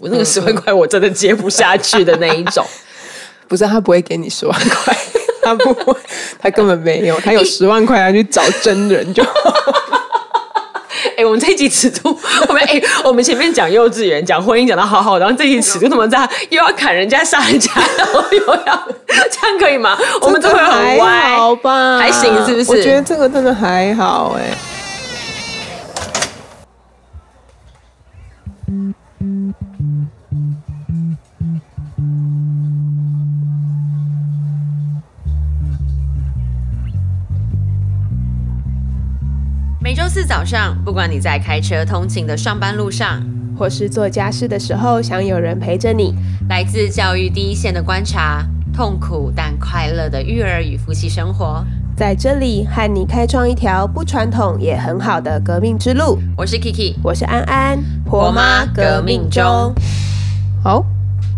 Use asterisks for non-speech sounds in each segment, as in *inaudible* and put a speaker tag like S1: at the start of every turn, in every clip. S1: 我那个十万块我真的接不下去的那一种。
S2: 不是他不会给你十万 *laughs* 块，他不会，他根本没有，他有十万块他去找真人 *laughs* 就好。
S1: *laughs* 哎、我们这一集尺度，我们哎、我们前面讲幼稚园、讲婚姻讲的好好的，然后这一集尺度怎么大，又要砍人家、杀人家，然后又要这样可以吗？我们这会很
S2: 还
S1: 歪，
S2: 好吧？
S1: 还行是不是
S2: 我觉得这个真的还好哎、
S1: 每周四早上，不管你在开车通勤的上班路上，
S2: 或是做家事的时候想有人陪着你，
S1: 来自教育第一线的观察，痛苦但快乐的育儿与夫妻生活。
S2: 在这里和你开创一条不传统也很好的革命之路。
S1: 我是 Kiki，
S2: 我是安安，
S1: 婆妈革命中。
S2: 好，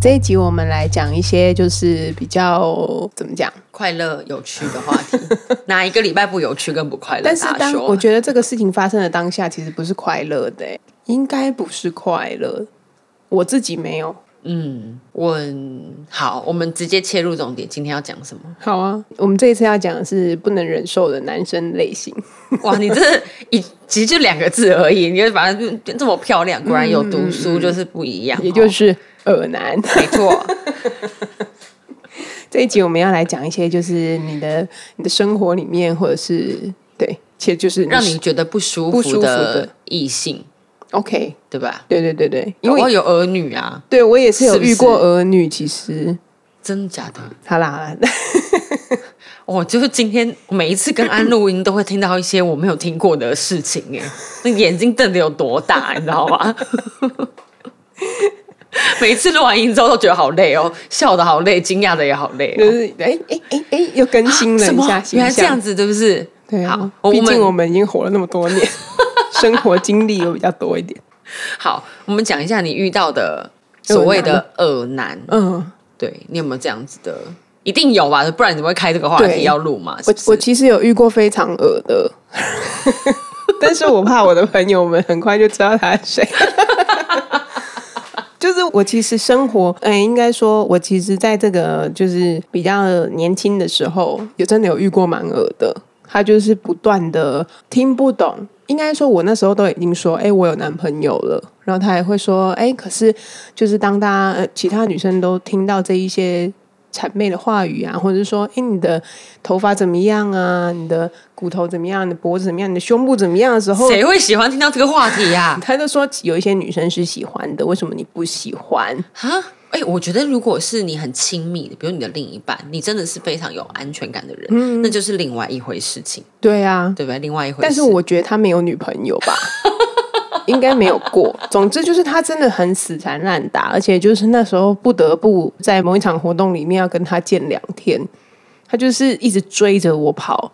S2: 这一集我们来讲一些就是比较怎么讲，
S1: 快乐有趣的话 *laughs* 题，哪一个礼拜不有趣跟不快乐？
S2: 但是
S1: 大家
S2: 当
S1: 说
S2: 我觉得这个事情发生的当下，其实不是快乐的、欸，应该不是快乐。我自己没有。
S1: 嗯，我好，我们直接切入重点，今天要讲什么？
S2: 好啊，我们这一次要讲的是不能忍受的男生类型。
S1: 哇，你这一其实就两个字而已，你就把它就这么漂亮，果然有读书嗯就是不一样哦、
S2: 也就是耳男。
S1: *laughs* 没错，
S2: *laughs* 这一集我们要来讲一些，就是你的你的生活里面，或者是对，其实就是
S1: 让你觉得不舒
S2: 不舒
S1: 服
S2: 服
S1: 的
S2: 的
S1: 异性，
S2: OK。
S1: 对吧？
S2: 对对对对，因
S1: 因
S2: 为
S1: 为有儿女啊，
S2: 对我也是有
S1: 是不
S2: 遇
S1: 是
S2: 过儿女，其实
S1: 真的假的？
S2: 好啦好啦，
S1: 我哦就是今天每一次跟安录音，都会听到一些我没有听过的事情，
S2: *laughs*
S1: 哎，那眼睛瞪得有多大，你知道吗？ *laughs* 每次录完音之后都觉得好累哦，笑的好累，惊讶的也好累、
S2: 就
S1: 哦。啊
S2: 是哎哎哎哎，又更新了
S1: 什
S2: 一
S1: 么
S2: 下，？
S1: 原来
S2: 形
S1: 这样
S2: 象。
S1: 子，对不是？
S2: 对
S1: 好
S2: 啊，，
S1: 我
S2: 毕竟我
S1: 们
S2: 们已经活了那么
S1: *laughs*
S2: 多年，生活经历又比较多一点。
S1: 好，我们讲一下你遇到的所谓的恶男，
S2: 嗯，
S1: 对你有没有这样子的？一定有吧，不然你怎么会开这个话
S2: 对
S1: 题要录嘛？是
S2: 我
S1: 不是
S2: 我其实有遇过非常恶的，
S1: *laughs*
S2: 但是我怕我的朋友们很快就知道他
S1: *laughs*
S2: 是谁。就是我其实生活，哎、应该说，我其实在这个就是比较年轻的时候，有真的有遇过蛮恶的。他就是不断的听不懂，应该说，我那时候都已经说，哎、我有男朋友了，然后他还会说，哎、可是就是当大家、呃、其他女生都听到这一些谄媚的话语啊，或者是说，哎、你的头发怎么样啊，你的骨头怎么样，你的脖子怎么样，你的胸部怎么样的时候，
S1: 谁会喜欢听到这个话题啊呀、
S2: 他就说有一些女生是喜欢的，为什么你不喜欢？
S1: 啊，哎、我觉得如果是你很亲密的，比如你的另一半，你真的是非常有安全感的人，那就是另外一回事情，
S2: 对啊，
S1: 对不对？另外一回事。
S2: 嗯但是我觉得他没有女朋友吧，应该没有过。总之就是他真的很死缠烂打，而且就是那时候不得不在某一场活动里面要跟他见两天，他就是一直追着我跑，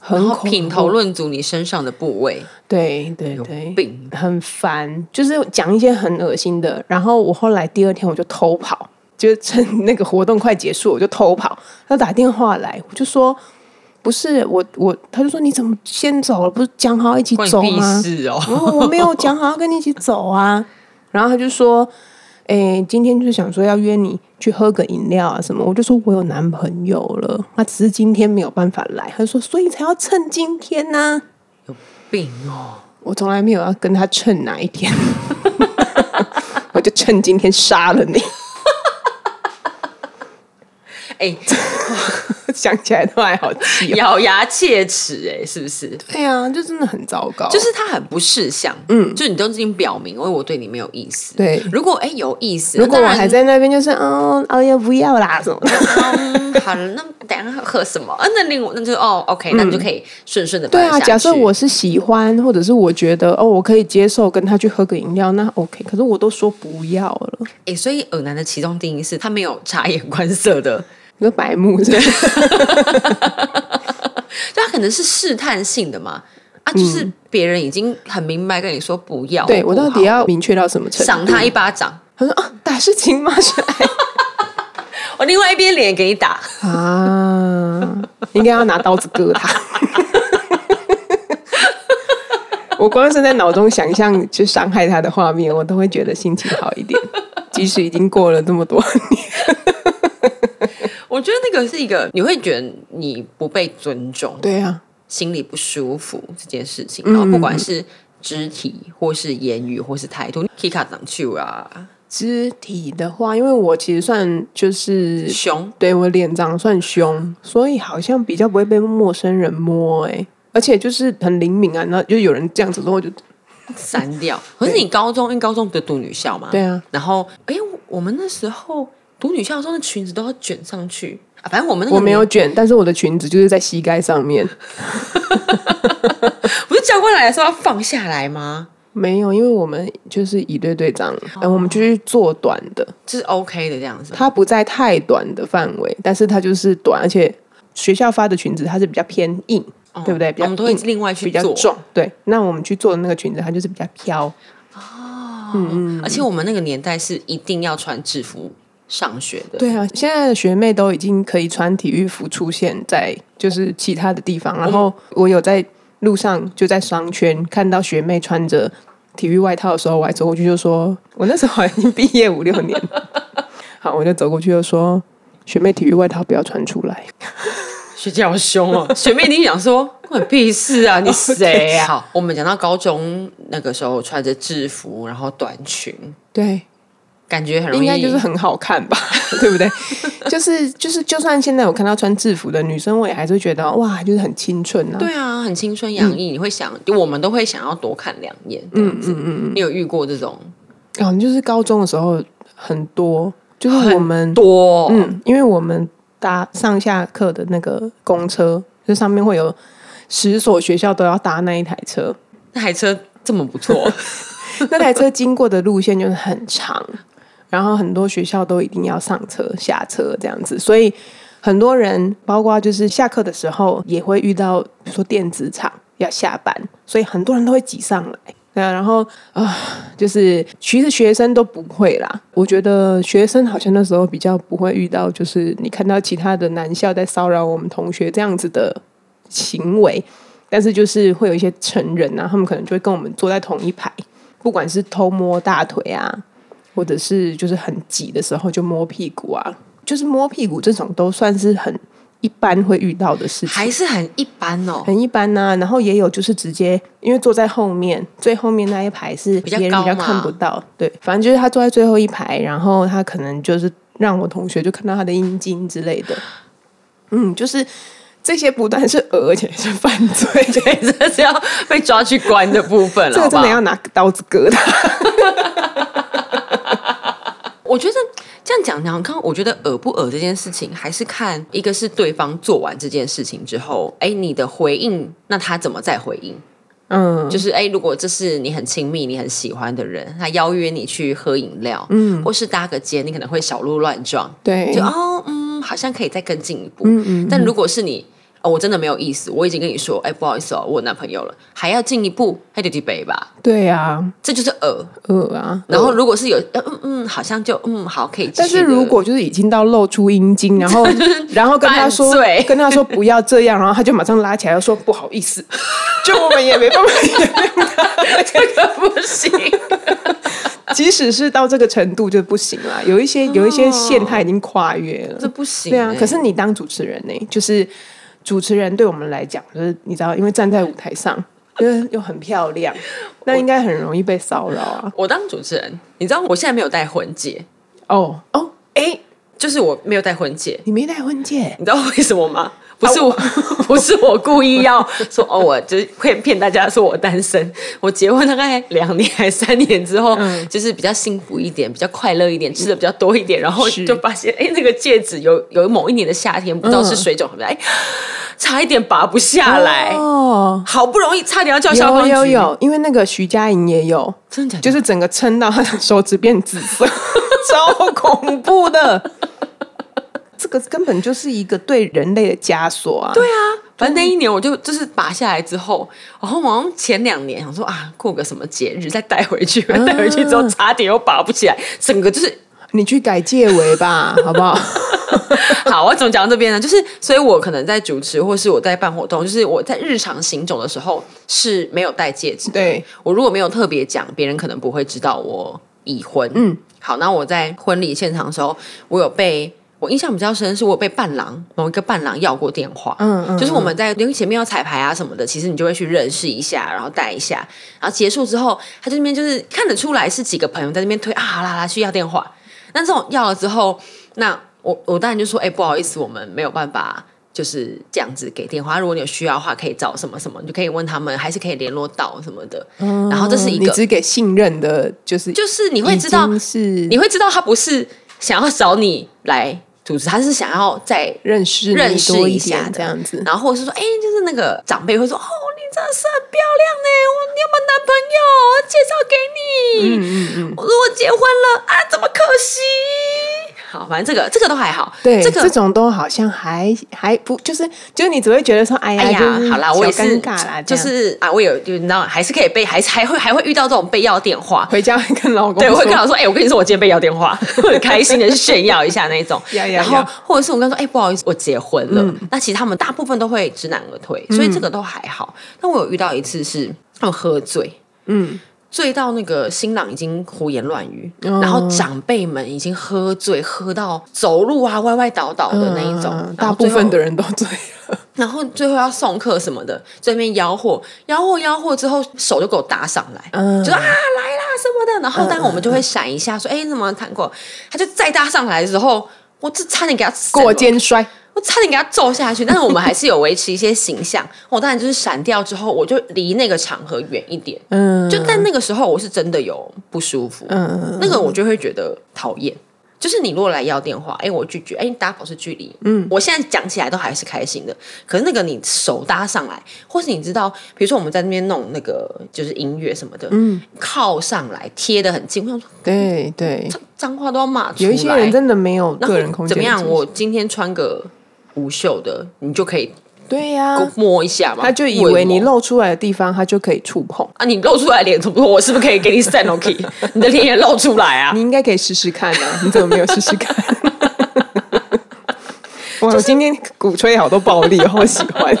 S2: 很
S1: 然后
S2: 恐
S1: 品
S2: 怖
S1: 头论足你身上的部位，
S2: 对对
S1: 有
S2: 对，
S1: 病
S2: 很烦，就是讲一些很恶心的。然后我后来第二天我就偷跑，就是趁那个活动快结束，我就偷跑。他打电话来，我就说不是我我，他就说你怎么先走了？不是讲好一起
S1: 关你
S2: 走
S1: 屁
S2: 吗？
S1: 事哦！
S2: 然后我没有讲好要跟你一起走啊。然后他就说，诶、今天就是想说要约你去喝个饮料啊什么。我就说我有男朋友了，他只是今天没有办法来。他就说，所以才要趁今天啊呢、
S1: 病哦，
S2: 我从来没有要跟他趁哪一天， *laughs* 我就趁今天杀了你。 *laughs*
S1: 哎、
S2: 想起来都还好气、哦
S1: 咬牙切齿、哎，是不是？
S2: 对啊，就真的很糟糕。
S1: 就是他很不识相，嗯，就你都已经表明，因为我对你没有意思。
S2: 对
S1: 如果哎、有意思，
S2: 如果我
S1: 那当然
S2: 还在那边，就是哦，哦呀，不要啦什么的。
S1: 嗯，好了，那等一下喝什么？啊，那另那就哦，OK，那你就可以顺顺的
S2: *laughs* 嗯对啊，假设我是喜欢，或者是我觉得哦，我可以接受跟他去喝个饮料，那 OK。可是我都说不要了，
S1: 哎、所以耳男的其中定义是他没有察言观色的， *laughs*
S2: 你说白目是不是？
S1: 就他可能是试探性的嘛，啊，就是别人已经很明白跟你说不要，
S2: 嗯对我
S1: 不好
S2: 到底要明确到什么程度？
S1: 赏他一巴掌，
S2: 他说啊，打是情骂是爱嗯
S1: 我另外一边脸给你打，
S2: 啊，应该要拿刀子割他。 *laughs* 我光是在脑中想象去伤害他的画面，我都会觉得心情好一点。即使已经过了这么多年，
S1: 我觉得那个是一个，你会觉得你不被尊重，
S2: 对嗯啊，
S1: 心里不舒服这件事情，然后不管是肢体或是言语或是态度，Kika 挡去啊，
S2: 肢体的话，因为我其实算就是
S1: 凶，
S2: 对我脸长得算凶，所以好像比较不会被陌生人摸、欸，而且就是很灵敏啊，然后就有人这样子之后我就
S1: 删掉。可是你高中因为高中不是读女校嘛，
S2: 对啊，
S1: 然后哎，我我们那时候读女校的时候，那裙子都要卷上去。啊反正我们那个
S2: 我没有
S1: 年，
S2: 卷，但是我的裙子就是在膝盖上面，
S1: 不是教官来的时候要放下来吗？
S2: 没有，因为我们就是一队队长，哎、我们就去做短的，
S1: 这是 OK 的这样子。
S2: 它不在太短的范围，但是它就是短，而且学校发的裙子它是比较偏硬，
S1: 哦
S2: 对不对？比
S1: 我
S2: 较
S1: 们都会
S2: 硬
S1: 另外去
S2: 比较
S1: 做
S2: 重，对。那我们去做的那个裙子，它就是比较飘，
S1: 嗯，而且我们那个年代是一定要穿制服上学的。
S2: 对啊，现在的学妹都已经可以穿体育服出现在就是其他的地方，然后我有在路上就在商圈看到学妹穿着体育外套的时候，我还走过去就说，我那时候已经毕业五六年了，好，我就走过去就说，学妹体育外套不要穿出来，
S1: 学姐好凶哦！ *laughs* 学妹，你想说关你屁事 *laughs* 啊？你谁啊？好，我们讲到高中那个时候，穿着制服，然后短裙，
S2: 对，
S1: 感觉很容易，
S2: 应该就是很好看吧，对不对？就是就是，就算现在我看到穿制服的女生，我也还是会觉得哇，就是很青春啊，
S1: 对啊，很青春洋溢。你会想，我们都会想要多看两眼。嗯嗯嗯，你有遇过这种
S2: 啊，就是高中的时候很多，就是我们
S1: 多？
S2: 嗯，因为我们搭上下课的那个公车，就上面会有十所学校都要搭那一台车，
S1: 那台车这么不错， *laughs*
S2: 那台车经过的路线就是很长，然后很多学校都一定要上车下车这样子，所以很多人，包括就是下课的时候也会遇到，比如说电子厂要下班，所以很多人都会挤上来。对啊，然后啊、就是其实学生都不会啦。我觉得学生好像那时候比较不会遇到，就是你看到其他的男校在骚扰我们同学这样子的行为，但是就是会有一些成人啊，他们可能就会跟我们坐在同一排，不管是偷摸大腿啊，或者是就是很挤的时候就摸屁股啊，就是摸屁股这种都算是很一般会遇到的事情，
S1: 还是很一般哦。
S2: 很一般呐、然后也有就是直接，因为坐在后面最后面那一排是
S1: 比较
S2: 别人
S1: 高
S2: 比较
S1: 嘛
S2: 看不到，对，反正就是他坐在最后一排，然后他可能就是让我同学就看到他的阴茎之类的，嗯，就是这些不但是恶，而且是犯
S1: *laughs*
S2: 罪，
S1: *laughs* 对，这是要被抓去关的部分 *laughs* 了，
S2: 这
S1: 好
S2: 个
S1: 不
S2: 真
S1: 好
S2: 的要拿刀子割他。
S1: 我觉得这样讲讲，看我觉得恶不恶这件事情，还是看一个是对方做完这件事情之后，哎，你的回应，那他怎么再回应？
S2: 嗯，
S1: 就是哎，如果这是你很亲密、你很喜欢的人，他邀约你去喝饮料，嗯，或是搭个街，你可能会小鹿乱撞，
S2: 对
S1: 就，哦，嗯，好像可以再更进一步。嗯嗯但如果是你、哦，我真的没有意思，我已经跟你说，哎，不好意思哦，我有男朋友了，还要进一步，还得去北吧，
S2: 对啊，
S1: 这就是恶。
S2: 恶啊。
S1: 然后如果是有，呃嗯嗯，好像就嗯好可以继续的。
S2: 但是如果就是已经到露出阴茎，
S1: *laughs*
S2: 然后然后跟他说
S1: 犯罪
S2: 跟他说不要这样，然后他就马上拉起来说不好
S1: *laughs*
S2: 意思，就我们也没办法，
S1: *laughs*
S2: *laughs*
S1: 这个不行。
S2: 即使是到这个程度就不行啦。有一些有一些线他已经跨越了，
S1: 哦这不行
S2: 对啊
S1: 欸，
S2: 可是你当主持人呢、就是主持人对我们来讲，就是你知道，因为站在舞台
S1: *laughs*
S2: 上，就是又很漂亮，那应该很容易被骚扰啊。
S1: 我当主持人，你知道我现在没有戴婚戒，
S2: 哦哦，哎、
S1: 就是我没有戴婚戒，
S2: 你没戴婚戒？
S1: 你知道为什么
S2: 啊
S1: 吗？不是我， *laughs* 不是我故意要说哦，我就是骗骗大家说我单身。我结婚大概两年还三年之后，
S2: 嗯
S1: 就是比较幸福一点，比较快乐一点，吃的比较多一点，然后
S2: 是
S1: 就发现哎，那个戒指有有某一年的夏天，不知道是水肿什么的，哎、差一点拔不下来，
S2: 哦，
S1: 好不容易差点要叫消防
S2: 有
S1: 局，
S2: 有有，因为那个徐佳莹也有，
S1: 真的假的？
S2: 就是整个撑到她的手指变紫色， *laughs* 超恐怖的。这个根本就是一个对人类的枷锁啊！
S1: 对啊，反正那一年我就就是拔下来之后，然后好像前两年想说啊，过个什么节日再带回去，带回去之后差点又拔不起来，整个就是 *laughs*
S2: 你去改戒围吧， *laughs* 好不好？
S1: 好，我怎么讲到这边呢？就是，所以我可能在主持或是我在办活动，就是我在日常行走的时候是没有戴戒指的。
S2: 对
S1: 我如果没有特别讲，别人可能不会知道我已婚。嗯，好，那我在婚礼现场的时候，我有被。我印象比较深，是我有被伴郎某一个伴郎要过电话，
S2: 嗯嗯
S1: 就是我们在因为前面要彩排啊什么的，其实你就会去认识一下，然后带一下，然后结束之后，他这边就是看得出来是几个朋友在那边推啊啦啦去要电话，那这种要了之后，那我我当然就说，哎、不好意思，我们没有办法就是这样子给电话。如果你有需要的话，可以找什么什么，你就可以问他们，还是可以联络到什么的。然后这是一
S2: 嗯你
S1: 个，
S2: 只给信任的，就是
S1: 就是你会知道
S2: 已经，是
S1: 你会知道他不是想要找你来主持，他是想要在
S2: 认识你
S1: 认识
S2: 多一
S1: 下
S2: 点
S1: 的
S2: 这样子。
S1: 然后或者是说，哎、就是那个长辈会说，哦，你真的是很漂亮呢，我你有没有男朋友？我介绍给你。
S2: 嗯嗯嗯，
S1: 我如果结婚了啊，怎么可惜？好，反正这个这个都还好，
S2: 对，
S1: 这个
S2: 这种都好像还还不就是就是你只会觉得说，哎呀，
S1: 哎呀
S2: 就，是
S1: 好啦，我也
S2: 小
S1: 是，
S2: 尴尬啦，这
S1: 就
S2: 样
S1: 是啊，我有，就你知道，还是可以被，还是还会还会遇到这种被要电话。
S2: 回家会跟老公
S1: 对，我会跟
S2: 说
S1: 他说：“哎、我跟你说，我今天被要电话， *laughs* 我很开心的去炫耀一下那一种。
S2: *laughs* 呀呀
S1: 然后
S2: 呀嗯
S1: 或者是我跟他说：‘哎、不好意思，我结婚了。那其实他们大部分都会知难而退，所以这个都还好。但我有遇到一次是他们喝醉，
S2: 嗯，
S1: 醉到那个新郎已经胡言乱语，
S2: 哦
S1: 然后长辈们已经喝醉，喝到走路啊歪歪倒倒的那一种。
S2: 嗯
S1: 然
S2: 大
S1: 后
S2: 部
S1: 最后
S2: 分的人都这样。
S1: 然后最后要送客什么的，这边吆喝吆喝吆喝之后，手就给我搭上来，
S2: 嗯
S1: 就说啊来啦什么的。然后当然我们就会闪一下，说哎怎么弹过？他就再搭上来的时候，我这差点给他闪
S2: 过，肩摔，
S1: 我差点给他揍下去。但是我们还是有维持一些形象。我当然就是闪掉之后，我就离那个场合远一点。
S2: 嗯，
S1: 就但那个时候我是真的有不舒服，
S2: 嗯
S1: 那个我就会觉得讨厌。就是你如果来要电话，哎、我拒绝，哎、你打保持距离，嗯，我现在讲起来都还是开心的。可是那个你手搭上来，或是你知道，比如说我们在那边弄那个就是音乐什么的，嗯，靠上来贴的很近，我想说
S2: 对对，
S1: 脏脏话都要骂出来。
S2: 有一些人真的没有
S1: 然后
S2: 个人空间，
S1: 怎么样？我今天穿个无袖的，你就可以
S2: 对呀、
S1: 摸一下嘛？
S2: 他就以为你
S1: 问我
S2: 露出来的地方，他就可以触碰。
S1: 啊，你露出来脸，我是不是可以给你 stand
S2: *laughs*
S1: OK？你的脸也露出来啊
S2: 你？应该可以试试看啊！你怎么没有试试
S1: *laughs*
S2: 看？哇，我今天鼓吹好多暴力，好喜
S1: *laughs*
S2: 欢。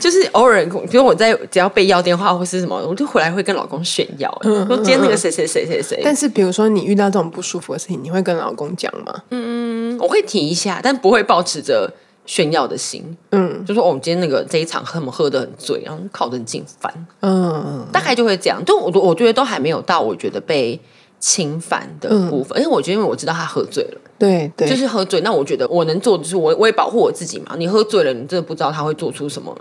S1: 就是偶尔，比如我在只要被要电话或是什么，我就回来会跟老公炫耀，欸
S2: 嗯
S1: 说今天那个谁谁谁谁谁，
S2: 但是比如说你遇到这种不舒服的事情，你会跟老公讲吗？
S1: 嗯我会提一下，但不会抱持着炫耀的心，
S2: 嗯
S1: 就说哦，我们今天那个这一场喝们喝的很醉，然后靠得很近烦，
S2: 嗯
S1: 大概就会这样。但我我觉得都还没有到我觉得被侵犯的部分，因为我觉得因为我知道他喝醉了，
S2: 对嗯对，
S1: 就是喝醉。那我觉得我能做的就是我我也保护我自己嘛。你喝醉了，你真的不知道他会做出什么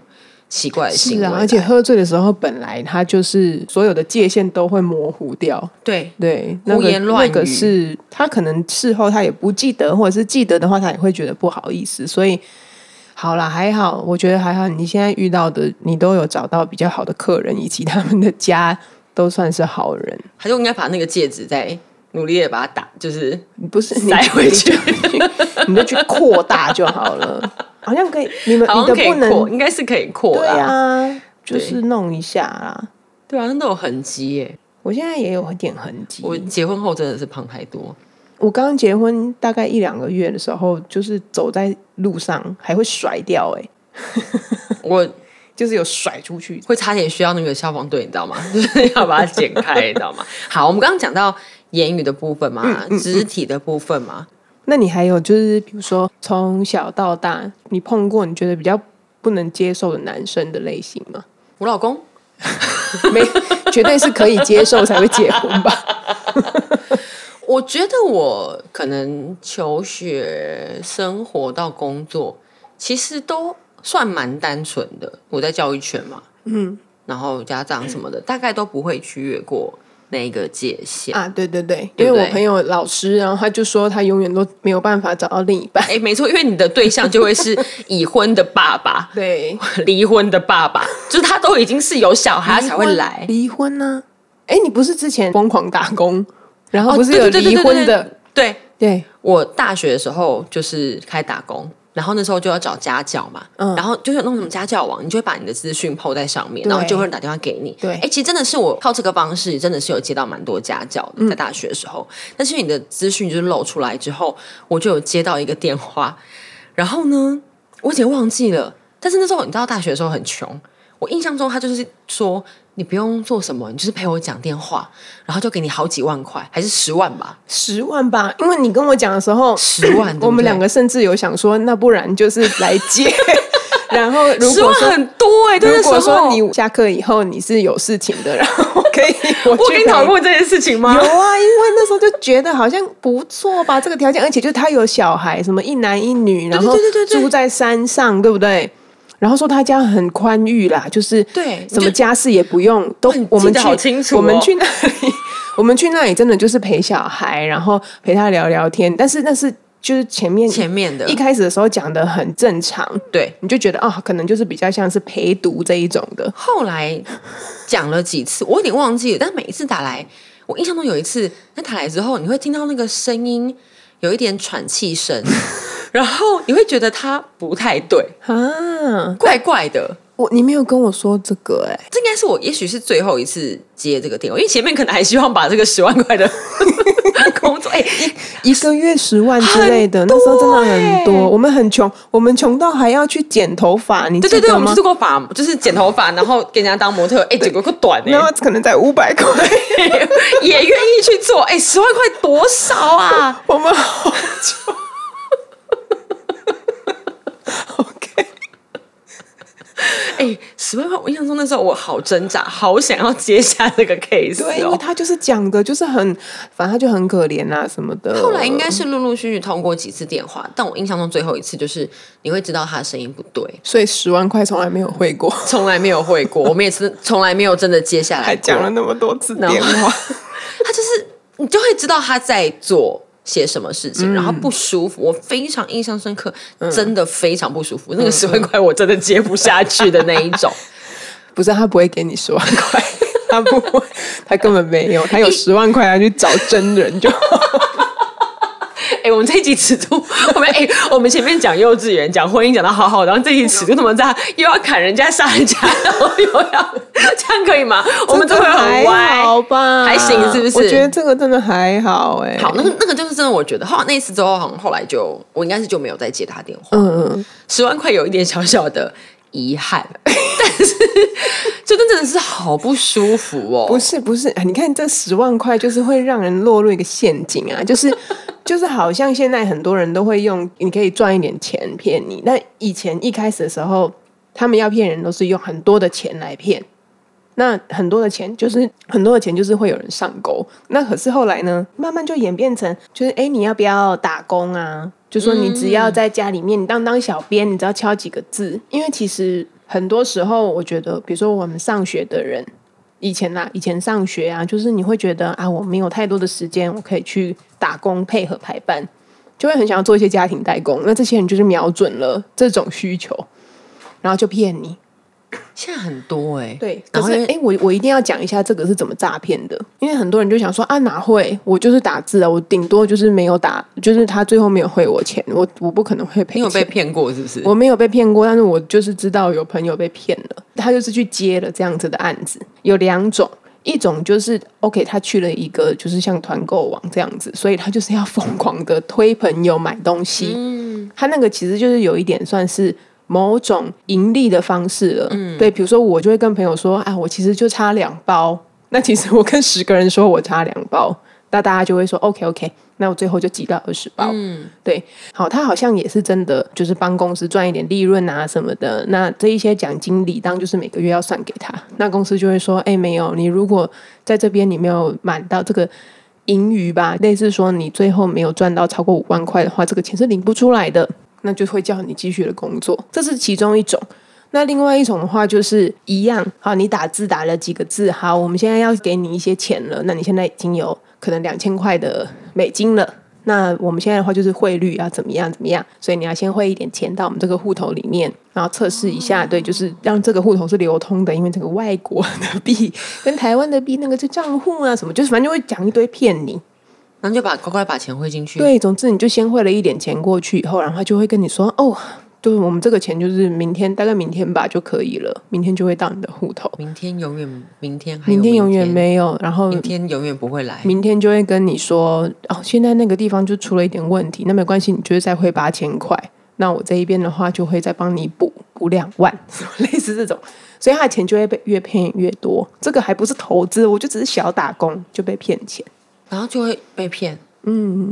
S1: 奇怪的行
S2: 是
S1: 为
S2: 啊。
S1: 来，
S2: 而且喝醉的时候，本来他就是所有的界限都会模糊掉。
S1: 对
S2: 对，那个
S1: 胡言乱语
S2: 那个是他可能事后他也不记得，或者是记得的话，他也会觉得不好意思。所以，好啦，还好，我觉得还好。你现在遇到的，你都有找到比较好的客人，以及他们的家都算是好
S1: *laughs*
S2: 人，
S1: 他就应该把那个戒指再努力的把它打，就是
S2: 不是你
S1: 塞回去，
S2: 你就去扩大就好了。好像可以，你们
S1: 好像
S2: 你的
S1: 可以扩，
S2: 不能
S1: 应该是可以扩
S2: 对
S1: 啦。
S2: 啊，就是弄一下啦。
S1: 对啊，那都有痕迹耶。
S2: 我现在也有点痕迹，
S1: 我结婚后真的是胖太多，
S2: 我刚结婚大概一两个月的时候，就是走在路上还会甩掉、欸，
S1: 我
S2: 就是有甩出去。
S1: 会差点需要那个消防队，你知道吗？ *laughs* 就是要把它剪开，你知道吗？好，我们刚刚讲到言语的部分
S2: 嗯
S1: 嘛，肢体的部分嘛，
S2: 那你还有就是，比如说从小到大，你碰过你觉得比较不能接受的男生的类型吗？ *laughs*
S1: 我老公
S2: 没，绝对是可以接受才会结婚吧？
S1: 我觉得我可能求学、生活到工作，其实都算蛮单纯的。我在教育圈嘛，嗯，然后家长什么
S2: *clears throat*
S1: 的，大概都不会去越过那一个界限。
S2: *laughs* 啊，对对对，
S1: 对
S2: 因为
S1: 不对
S2: 我朋友老师，然后他就说他永远都没有办法找到另一半。
S1: 哎，没错，因为你的对象就会是已婚的爸爸、
S2: *laughs*
S1: *laughs*
S2: 对，
S1: 离婚的爸爸，就是他都已经是有小孩才会来。
S2: 离婚呢、哎，你不是之前疯狂打工，然后
S1: 哦
S2: 不是
S1: 对
S2: 有
S1: 对对
S2: 离
S1: 对
S2: 婚的？
S1: 对
S2: 对，
S1: 我大学的时候就是开打工，然后那时候就要找家教嘛，
S2: 嗯
S1: 然后就是有那种什么家教网，你就会把你的资讯 PO 在上面，
S2: 对
S1: 然后就会有人打电话给你。
S2: 对
S1: 哎、其实真的是我靠这个方式，真的是有接到蛮多家教
S2: 嗯
S1: 的，在大学的时候，但是你的资讯就是露出来之后，我就有接到一个电话，然后呢，我已经忘记了，但是那时候你知道大学的时候很穷。我我印象中他就是说你不用做什么，你就是陪我讲电话，然后就给你好几万块，还是十万吧，
S2: 十万吧，因为你跟我讲的时候，
S1: 十万对不对
S2: 我们两个甚至有想说，那不然就是来
S1: *laughs*
S2: 接。然后如
S1: 十
S2: 果
S1: 万
S2: 说，
S1: 很多哎、欸，对
S2: 如
S1: 那时
S2: 果
S1: 候
S2: 说你下课以后你是有事情的，然后可以我
S1: 我
S2: 去
S1: 跟你
S2: 陪
S1: 讨论过这件事情吗？
S2: 有啊，因为那时候就觉得好像不错吧，这个条件，而且就是他有小孩，什么一男一女，然后
S1: 对对对对
S2: 住在山上，对不对？然后说他家很宽裕啦，就是
S1: 对
S2: 什
S1: 就
S2: 么家事也不用，都
S1: 哇你
S2: 我们
S1: 记
S2: 去
S1: 得好清楚哦
S2: 我们去那里， *laughs* 我们去那里真的就是陪小孩，然后陪他聊聊天，但是那是就是前面
S1: 前面的
S2: 一开始的时候讲的很正常，
S1: 对，
S2: 你就觉得啊、可能就是比较像是陪读这一种的，
S1: 后来讲了几次，我有点忘记了，但每一次打来，我印象中有一次，那打来之后，你会听到那个声音有一点喘气声， *laughs* 然后你会觉得它不太对，
S2: 啊，
S1: 怪怪的。
S2: 我你没有跟我说这个哎、
S1: 这应该是我，也许是最后一次接这个电话，因为前面可能还希望把这个十万块 *laughs* 的工作，哎、
S2: 一个月十万之类的，
S1: 很多
S2: 那时候真的很
S1: 欸
S2: 多。我们很穷，我们穷到还要去剪头发，你
S1: 对
S2: 记
S1: 对对，
S2: 得
S1: 我们
S2: 吗
S1: 去？做过发，就是剪头发，然后给人家当模特，哎、剪过个短哎、
S2: 然后可能才五百 *laughs* 块，
S1: *laughs* 也愿意去做，哎、十万块多少啊？
S2: 我们好穷。OK，
S1: 哎、十万块，我印象中那时候我好挣扎，好想要接下这个 case
S2: 对，因为
S1: 哦。
S2: 他就是讲的，就是很，反正他就很可怜啊什么的。
S1: 后来应该是陆陆续续通过几次电话，但我印象中最后一次就是你会知道他的声音不对，
S2: 所以十万块从来没有汇 *laughs* 过，
S1: 从来没有会过，我们也是从来没有真的接下来
S2: 还
S1: 过
S2: 讲了那么多次
S1: 然
S2: 电
S1: 后
S2: 话。
S1: 他就是你就会知道他在做些什么事情，然后不舒服。我非常印象深刻，真的非常不舒服。那个十万块我真的接不下去的那一种。
S2: 不是他不会给你十万块， *laughs* 他不会，他根本没有，他有十万块他去找真人 *laughs* 就好。
S1: *laughs* 哎、我们这一集尺度，我们哎、我们前面讲幼稚园、讲婚姻讲的好好的，然后这一集尺度怎么这样？又要砍人家、杀人家，然后又要这样可以吗？我们
S2: 这
S1: 都
S2: 个
S1: 会很
S2: *laughs* 还
S1: 歪。
S2: 好吧？
S1: 还行是不是
S2: 我觉得这个真的还好哎、
S1: 好，那个那个就是真的，我觉得后来那一次之后，好像后来就我应该是就没有再接他电话。
S2: 嗯，嗯，
S1: 十万块有一点小小的遗憾， *laughs* 但是就真的是好不舒服哦。
S2: 不是不是，哎你看这十万块就是会让人落入一个陷阱啊，就是 *laughs* 就是好像现在很多人都会用，你可以赚一点钱骗你。那以前一开始的时候，他们要骗人都是用很多的钱来骗。那很多的钱就是很多的钱就是会有人上钩，那可是后来呢，慢慢就演变成就是哎，诶你要不要打工啊？就说你只要在家里面，你当当小编，你只要敲几个字，因为其实很多时候我觉得，比如说我们上学的人，以前啦，以前上学啊，就是你会觉得啊，我没有太多的时间，我可以去打工配合排班，就会很想要做一些家庭代工。那这些人就是瞄准了这种需求，然后就骗你。
S1: 现在很多哎、
S2: 对，可
S1: 然后
S2: 是
S1: 因为
S2: 哎、诶我我一定要讲一下这个是怎么诈骗的，因为很多人就想说啊，哪会？我就是打字啊，我顶多就是没有打，就是他最后没有汇我钱，我我不可能会赔
S1: 你有被
S2: 钱。
S1: 骗过是不是？
S2: 我没有被骗过，但是我就是知道有朋友被骗了，他就是去接了这样子的案子，有两种。一种就是 OK，他去了一个就是像团购网这样子，所以他就是要疯狂的推朋友买东西。嗯，他那个其实就是有一点算是某种盈利的方式了。嗯，对，比如说我就会跟朋友说啊，我其实就差两包。那其实我跟十个人说我差两包，那大家就会说 OK OK，那我最后就挤到二十包。嗯，对，好，他好像也是真的，就是帮公司赚一点利润啊什么的。那这一些奖金理当就是每个月要算给他，那公司就会说，哎、没有，你如果在这边你没有满到这个盈余吧，类似说你最后没有赚到超过五万块的话，这个钱是领不出来的，那就会叫你继续的工作，这是其中一种。那另外一种的话就是一样，好，你打字打了几个字，好，我们现在要给你一些钱了，那你现在已经有可能两千块的美金了。那我们现在的话就是汇率啊要怎么样怎么样，所以你要先汇一点钱到我们这个户头里面，然后测试一下，对，就是让这个户头是流通的，因为这个外国的币跟台湾的币那个是账户啊什么，就是反正就会讲一堆骗你。
S1: 然后就把乖乖把钱汇进去。，
S2: 对，总之你就先汇了一点钱过去以后，然后他就会跟你说，哦，就是我们这个钱就是明天，大概明天吧就可以了，明天就会到你的户头，
S1: 明天永远，明天还有
S2: 明天永远
S1: 明，
S2: 没有，然后
S1: 明天永远不会来。
S2: 明天就会跟你说，哦，现在那个地方就出了一点问题，那没关系，你就是再汇八千块，那我这一边的话就会再帮你补，补两万， *laughs* 类似这种，所以他的钱就会被越骗越多。这个还不是投资，我就只是小打工就被骗钱。
S1: 然后就会被骗。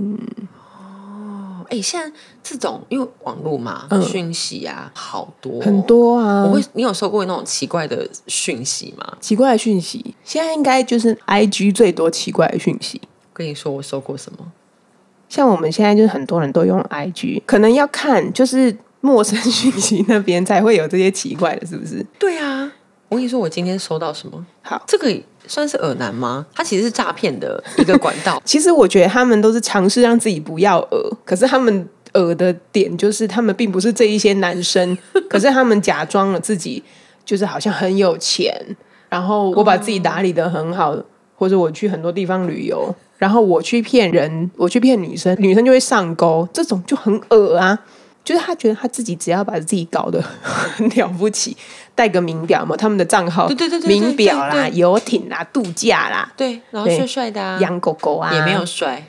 S1: 嗯，哦，哎、现在这种因为网络嘛，讯、息啊，好多
S2: 嗯很。多啊，
S1: 我会，你有收过那种奇怪的讯息吗？
S2: 奇怪的讯息，现在应该就是 I G 最多奇怪的讯息。
S1: 跟你说我收过什么？
S2: 像我们现在就是很多人都用 I G，可能要看就是陌生讯息那边才会有这些奇怪的，是不是？
S1: 对啊，我跟你说，我今天收到什么？
S2: 好，。
S1: 这个算是耳男吗？它其实是诈骗的一个管道
S2: *laughs* 其实我觉得他们都是尝试让自己不要讹，可是他们讹的点就是他们并不是这一些男生，可是他们假装了自己就是好像很有钱，然后我把自己打理的很好，或者我去很多地方旅游，然后我去骗人，我去骗女生，女生就会上钩，这种就很恶啊。就是他觉得他自己只要把自己搞得很了不起，带个名表嘛，他们的账号，
S1: 对对对对对
S2: 名表啦、
S1: 对
S2: 游艇啦、度假啦、
S1: 对，然后
S2: 对
S1: 帅帅的啊，
S2: 养狗狗啊，
S1: 也没有帅，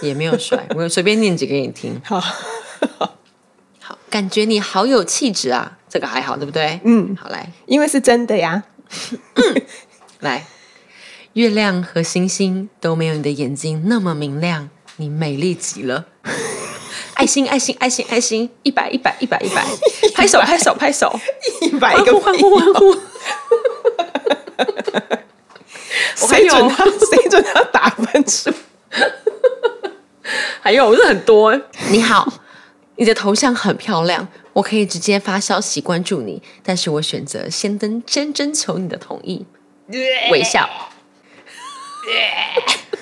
S1: 也没有帅，我随便念几个给你听。
S2: 好， *laughs*
S1: 好，感觉你好有气质啊，这个还好，对不对？
S2: 嗯，
S1: 好来
S2: 因为是真的呀。
S1: 来，月亮和星星都没有你的眼睛那么明亮，你美丽极了。 *laughs* 爱心，爱心，爱心，爱心，一百，一百，一百，一百，拍手，拍手，拍
S2: *laughs*
S1: 手，
S2: 哎一百
S1: 欢
S2: 个
S1: 呼，欢呼，欢呼！
S2: *laughs*
S1: 我还
S2: 谁准
S1: 有，
S2: 他谁准他打分数？
S1: 还有，这很多。你好，你的头像很漂亮，我可以直接发消息关注你，但是我选择先登先征求你的同意，微笑。 *laughs*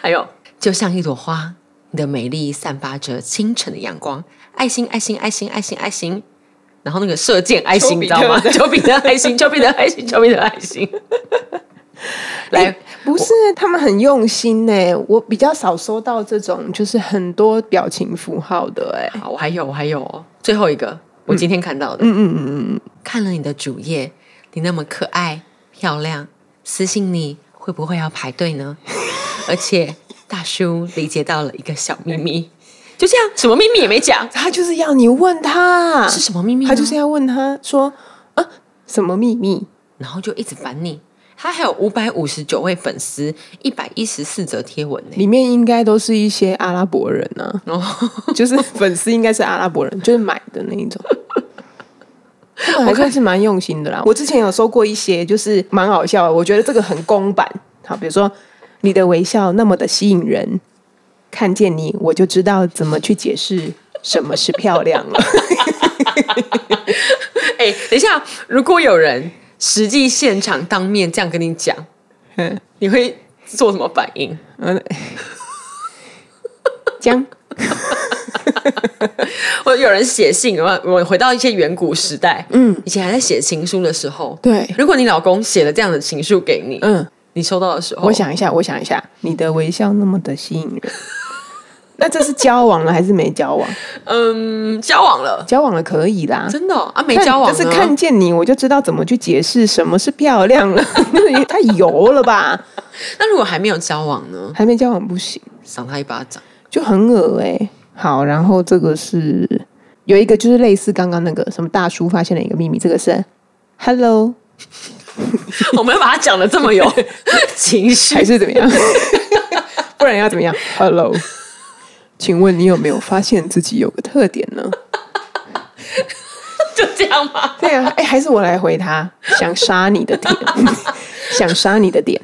S1: 还有，就像一朵花，你的美丽散发着清晨的阳光，爱心，爱心，爱心，爱心，爱心。然后那个射箭爱心，
S2: 丘
S1: 你
S2: 比
S1: 知
S2: 特
S1: 道吗？
S2: 的
S1: 丘比特爱心，丘比特爱心，丘比特爱 *laughs* 心。来，
S2: *laughs* 哎不是他们很用心呢、我比较少收到这种，就是很多表情符号的哎、
S1: 好，我还有，我还有哦，最后一个，我今天看到的，
S2: 嗯嗯嗯嗯，
S1: 看了你的主页，你那么可爱漂亮，私信你会不会要排队呢？而且大叔理解到了一个小秘密，就这样，什么秘密也没讲，
S2: 他就是要你问他
S1: 是什么秘密呢？
S2: 他就是要问他说啊什么秘密？
S1: 然后就一直烦你。他还有五百五十九位粉丝，一百一十四则贴文呢。
S2: 里面应该都是一些阿拉伯人啊，
S1: 哦，
S2: 就是粉丝应该是阿拉伯人，就是买的那一种。他们还算是蛮用心的啦。我之前有收过一些，就是蛮好笑的。我觉得这个很公版。好，比如说你的微笑那么的吸引人，看见你我就知道怎么去解释什么是漂亮了。
S1: 哎、等一下，如果有人实际现场当面这样跟你讲，
S2: *laughs* 嗯
S1: 你会做什么反应？
S2: 嗯，江
S1: 或者有人写信，我我回到一些远古时代，嗯，以前还在写情书的时候，
S2: 对
S1: 如果你老公写了这样的情书给你，呃
S2: 嗯，
S1: 你收到的时候，
S2: 我，想一下，我想一下，你的微笑那么的吸引人，那这是交往了还是没交往？
S1: 嗯，交往了，
S2: 交往了可以啦，
S1: 真的哦、啊，没
S2: 看
S1: 交往呢，
S2: 但是看见你，我就知道怎么去解释什么是漂亮了。 *laughs* 也太油了吧？
S1: 那如果还没有交往呢，
S2: 还没交往不行，
S1: 赏他一巴掌， *laughs*
S2: 就很恶哎、好，然后这个是有一个就是类似刚刚那个什么大叔发现了一个秘密，这个是 Hello
S1: 我们要把它讲的这么
S2: *laughs*
S1: 有情绪
S2: 还，是怎么样？ *laughs* 不然要怎么样？Hello，请问你有没有发现自己有个特点呢？
S1: *laughs* 就这样吗？
S2: 对啊，哎、还是我来回他，想杀你的点， *laughs* 想杀你的点。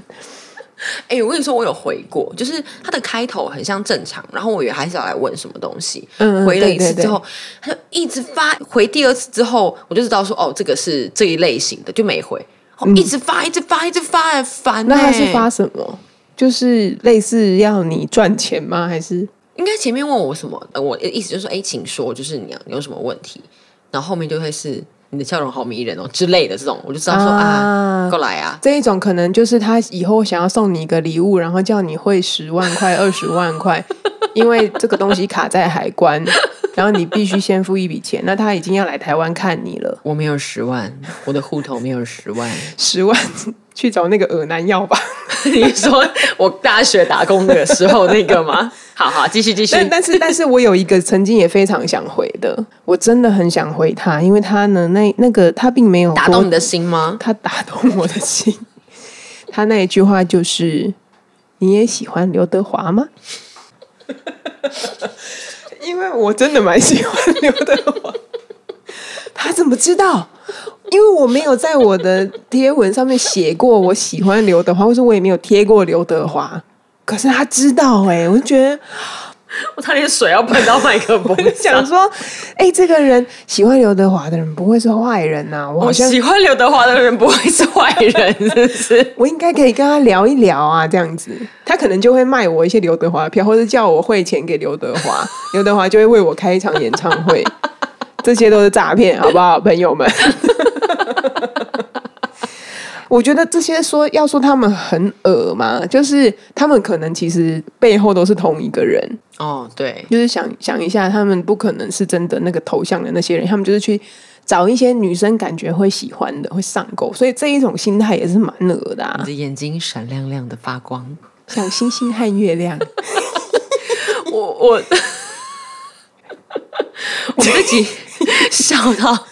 S1: 哎、我跟你说，我有回过，就是它的开头很像正常，然后我以为还是要来问什么东西，
S2: 嗯嗯
S1: 回了一次
S2: 对对
S1: 之后，他就一直发，回第二次之后，我就知道说，哦，这个是这一类型的，就没回，哦，一直发，一直发，一直发，哎烦、欸。
S2: 嗯那他是发什么？就是类似要你赚钱吗？还是
S1: 应该前面问我什么，呃我意思就是说，哎、请说，就是你要有什么问题，然后后面就会是你的笑容好迷人哦之类的这种，我就知道说啊，
S2: 啊
S1: 过、来啊，
S2: 这一种可能就是他以后想要送你一个礼物，然后叫你汇十万
S1: *laughs*
S2: 块、二十万块，因为这个东西卡在海
S1: *laughs*
S2: 关，然后你必须先付一笔钱。那他已经要来台湾看你了，
S1: 我没有十万，我的户头没有十万。
S2: 十万 *laughs*
S1: *laughs*
S2: 去找那个耳男要吧。
S1: *laughs* 你说我大学打工的时候那个吗？好好，继续继续。
S2: 但但是但是我有一个曾经也非常想回的，我真的很想回他，因为他呢，那那个他并没有
S1: 打动你，的心吗？
S2: 他打动我的心。 *laughs* 他那一句话就是：“你也喜欢刘德华吗？” *laughs* 因为我真的蛮喜欢刘德华。 *laughs* 他怎么知道？因为我没有在我的贴文上面写过我喜欢刘德华，或是我也没有贴过刘德华。可是他知道哎、我就觉得
S1: 我差点水要喷到麦克 *laughs* 风
S2: 想
S1: 上。
S2: 说，哎、这个人喜欢刘德华的人不会是坏人呐、我好
S1: 我
S2: 像
S1: 喜欢刘德华的人不会是坏 *laughs* 人，是不是？
S2: 我应该可以跟他聊一聊啊，这样子，他可能就会卖我一些刘德华的票，或者叫我汇钱给刘德华，刘德华就会为我开一场演唱会，这些都是诈骗，好不好，朋友们？我觉得这些说要说他们很恶嘛，就是他们可能其实背后都是同一个人，
S1: 哦，对，
S2: 就是想想一下，他们不可能是真的那个头像的那些人，他们就是去找一些女生感觉会喜欢的、会上钩，所以这一种心态也是蛮恶的、啊
S1: 你的，眼睛闪亮亮的发光。
S2: 像星星和月亮。
S1: 我 *laughs* 我我们自己笑 *laughs* 到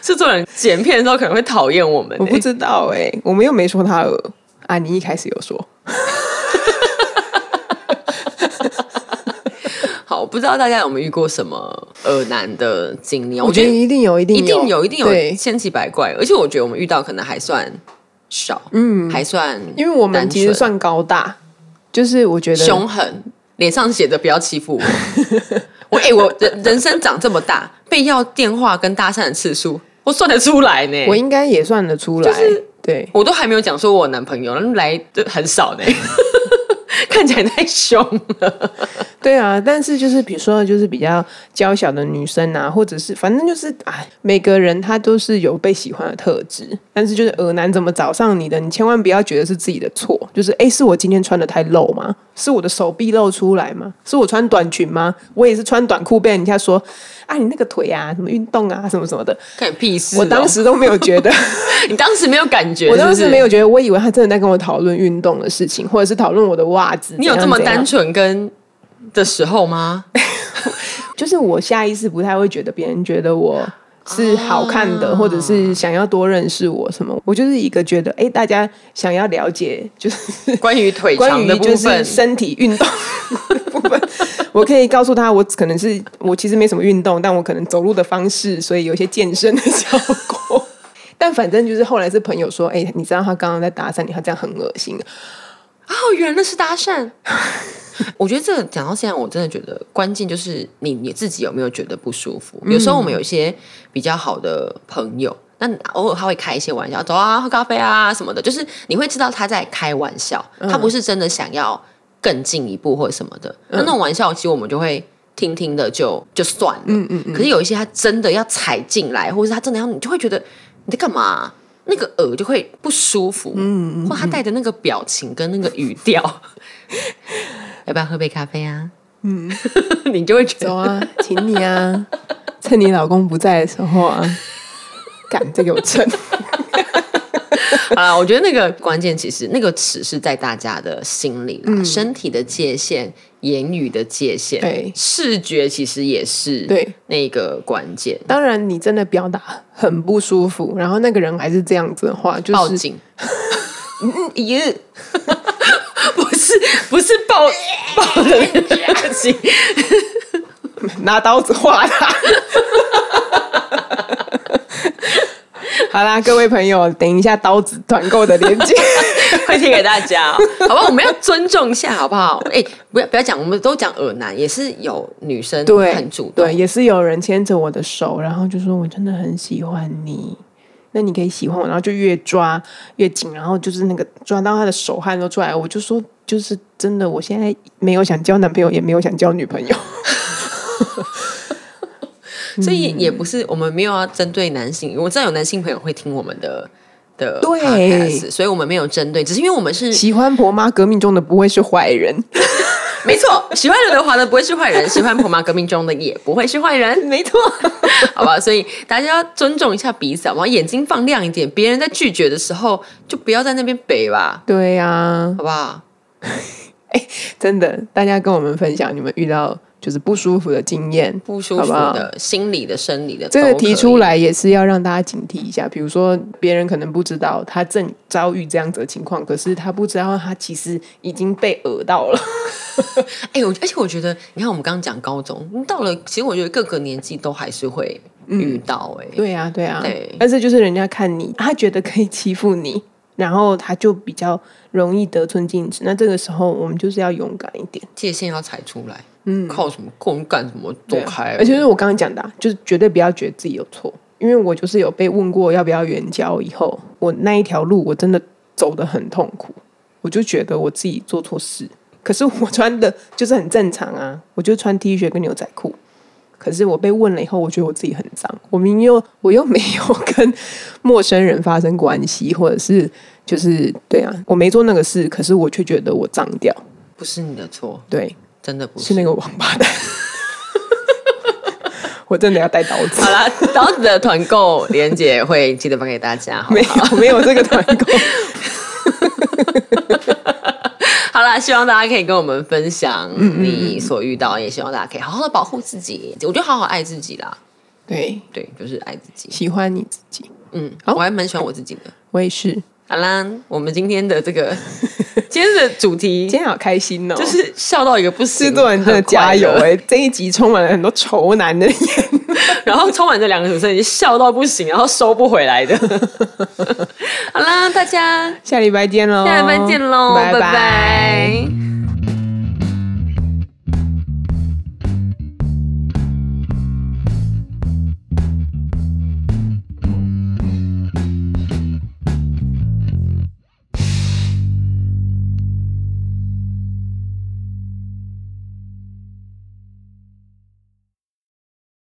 S1: 制作人剪片的时候可能会讨厌我们、
S2: *laughs* 我不
S1: 欸。
S2: 知道哎、我们又没说他恶啊，你一开始有说，
S1: 好，我不知道大家有没有遇过什么耳难的经历啊？我觉得
S2: 一定有，一定
S1: 一定有，一定有
S2: 对，
S1: 千奇百怪，而且我觉得我们遇到可能还算少，嗯，还算
S2: 因为我们其
S1: 单
S2: 实
S1: 纯
S2: 算高大，就是我觉得
S1: 凶狠，脸上写着不要欺负我。我 *laughs* 哎、我人人生长这么大，被要电话跟搭讪的次数，我算得出来呢。
S2: 我应该也算得出
S1: 欸
S2: 来，
S1: 就是
S2: 对。
S1: 我都还没有讲说我有男朋友，来的很少呢， *laughs* 看起来太凶了。
S2: 对啊，但是就是比如说，就是比较娇小的女生啊，或者是反正就是哎，每个人他都是有被喜欢的特质，但是就是耳男怎么找上你的，你千万不要觉得是自己的错，就是哎，是我今天穿的太露吗？是我的手臂露出来吗？是我穿短裙吗？我也是穿短裤被人家说啊，你那个腿啊，什么运动啊，什么什么的，
S1: 看你屁事哦、
S2: 我当时都没
S1: *laughs*
S2: 有觉得。
S1: 你当时没有感觉，
S2: 我当
S1: 是
S2: 时
S1: 不是
S2: 没有觉得，我以为他真的在跟我讨论运动的事情，或者是讨论我的袜子。
S1: 你有
S2: 怎
S1: 这
S2: 样
S1: 么
S2: 怎样
S1: 单纯跟的时候吗？
S2: 就是我下意识不太会觉得别人觉得我是好看的，或者是想要多认识我什么。我就是一个觉得，哎、大家想要了解，就是 *laughs*
S1: 关于腿
S2: 关
S1: 长
S2: 于
S1: 的部
S2: 就是
S1: 分，
S2: 身体运动的部分，我可以告诉他，我可能是我其实没什么运动，但我可能走路的方式，所以有一些健身的效果。但反正就是后来是朋友说，哎、你知道他刚刚在搭讪你，他这样很恶心。
S1: 哦，原来是搭讪。 *laughs* 我觉得这个讲到现在，我真的觉得关键就是你你自己有没有觉得不舒服。有时候我们有一些比较好的朋友，那偶尔他会开一些玩笑，走啊喝咖啡啊什么的，就是你会知道他在开玩笑，他不是真的想要更进一步或者什么的。那那种玩笑，其实我们就会。听听的就就算了，嗯嗯可是有一些他真的要踩进来，或者是他真的要，你就会觉得你在干嘛、那个耳就会不舒服，嗯或他带的那个表情跟那个语 *laughs* 调，要不要喝杯咖啡啊？嗯， *laughs* 你就会觉
S2: *laughs* 走
S1: 得
S2: *laughs* 啊，请你啊，趁你老公不在的时候啊，敢这个我趁。
S1: 啊，我觉得那个关键其实那个尺是在大家的心里啦，身体的界限、言语的界限，
S2: 对
S1: 视觉其实也是
S2: 对
S1: 那个关键。
S2: 当然，你真的表达很不舒服，然后那个人还是这样子的话，就是
S1: 报警
S2: 嗯咦，
S1: *laughs* 不是不是报报的那个事
S2: *laughs*
S1: 情，
S2: 拿刀子划他。好啦，各位朋友，等一下刀子团购的链接。
S1: 会贴给大家、好不好？我们要尊重一下，好不
S2: *laughs*
S1: 好？哎、不要不要讲，我们都讲耳男，也是有女生
S2: *laughs* 对，
S1: 很主动
S2: 对，，也是有人牵着我的手，然后就说我真的很喜欢你，那你可以喜欢我，然后就越抓越紧，然后就是那个抓到他的手汗都出来了，我就说就是真的，我现在没有想交男朋友，也没有想交女朋友。
S1: 所以也不是我们没有要针对男性，我知道有男性朋友会听我们的的
S2: 嗯对
S1: podcast，所以我们没有针对，只是因为我们是
S2: 喜欢婆妈革命中的不会是坏人，
S1: 没错，喜欢刘德华的不会是坏人， *laughs* 喜欢《婆妈革命》中的也不会是坏人，
S2: 没错。
S1: *laughs* 好吧？所以大家要尊重一下彼此，好不好？眼睛放亮一点，别人在拒绝的时候就不要在那边北吧，
S2: 对呀、啊，
S1: 好不好？
S2: 哎，真的，大家跟我们分享你们遇到就是不舒服的经验，
S1: 不舒服
S2: 好不好
S1: 的、心理的、生理的，
S2: 这个
S1: 都可以
S2: 提出来也是要让大家警惕一下，比如说别人可能不知道他正遭遇这样子的情况，可是他不知道他其实已经被讹到了。 *laughs*
S1: 哎、我而且我觉得，你看我们刚刚讲高中，到了，其实我觉得各个年纪都还是会
S2: 嗯
S1: 遇到、哎、
S2: 对啊，对啊，
S1: 对
S2: 但是就是人家看你，他觉得可以欺负你，然后他就比较容易得寸进尺。那这个时候我们就是要勇敢一点，
S1: 界限要踩出来，嗯，靠什么？够干什么？走开！
S2: 而且就是我刚刚讲的啊、就是绝对不要觉得自己有错，因为我就是有被问过要不要援交，以后我那一条路我真的走得很痛苦，我就觉得我自己做错事。可是我穿的就是很正常啊，我就穿 T 恤跟牛仔裤。可是我被问了以后，我觉得我自己很脏。我明明又我又没有跟陌生人发生关系，或者是就是对啊，我没做那个事，可是我却觉得我脏掉。
S1: 不是你的错，
S2: 对，
S1: 真的不
S2: 是
S1: 是。
S2: 那个王八蛋。 *laughs* 我真的要带刀子
S1: 好。啦，刀子的团购链接会记得发给大家，好
S2: 没有没有这个团购，
S1: 好啦，希望大家可以跟我们分享
S2: 嗯
S1: 你所遇到，也希望大家可以好好的保护自己。我觉得好好爱自己啦，
S2: *laughs* 对，
S1: 对，就是爱自己。
S2: 喜欢你自己，
S1: 嗯，
S2: 好
S1: 我还蛮喜欢我自己的。
S2: 我也是。
S1: 好啦，我们今天的这个 *laughs* 今天的主题
S2: 今天好开心哦，
S1: 就是笑到一个不
S2: 制
S1: 行，
S2: 作人真的
S1: 很快
S2: 加油
S1: 乐
S2: 哎、这一集充满了很多仇男的眼。 *laughs*
S1: 然后充满这两个女生已经笑到不行，然后收不回
S2: *laughs*
S1: 来的。好啦，大家
S2: 下礼拜见喽，
S1: 下礼拜见喽，
S2: 哦拜
S1: 拜拜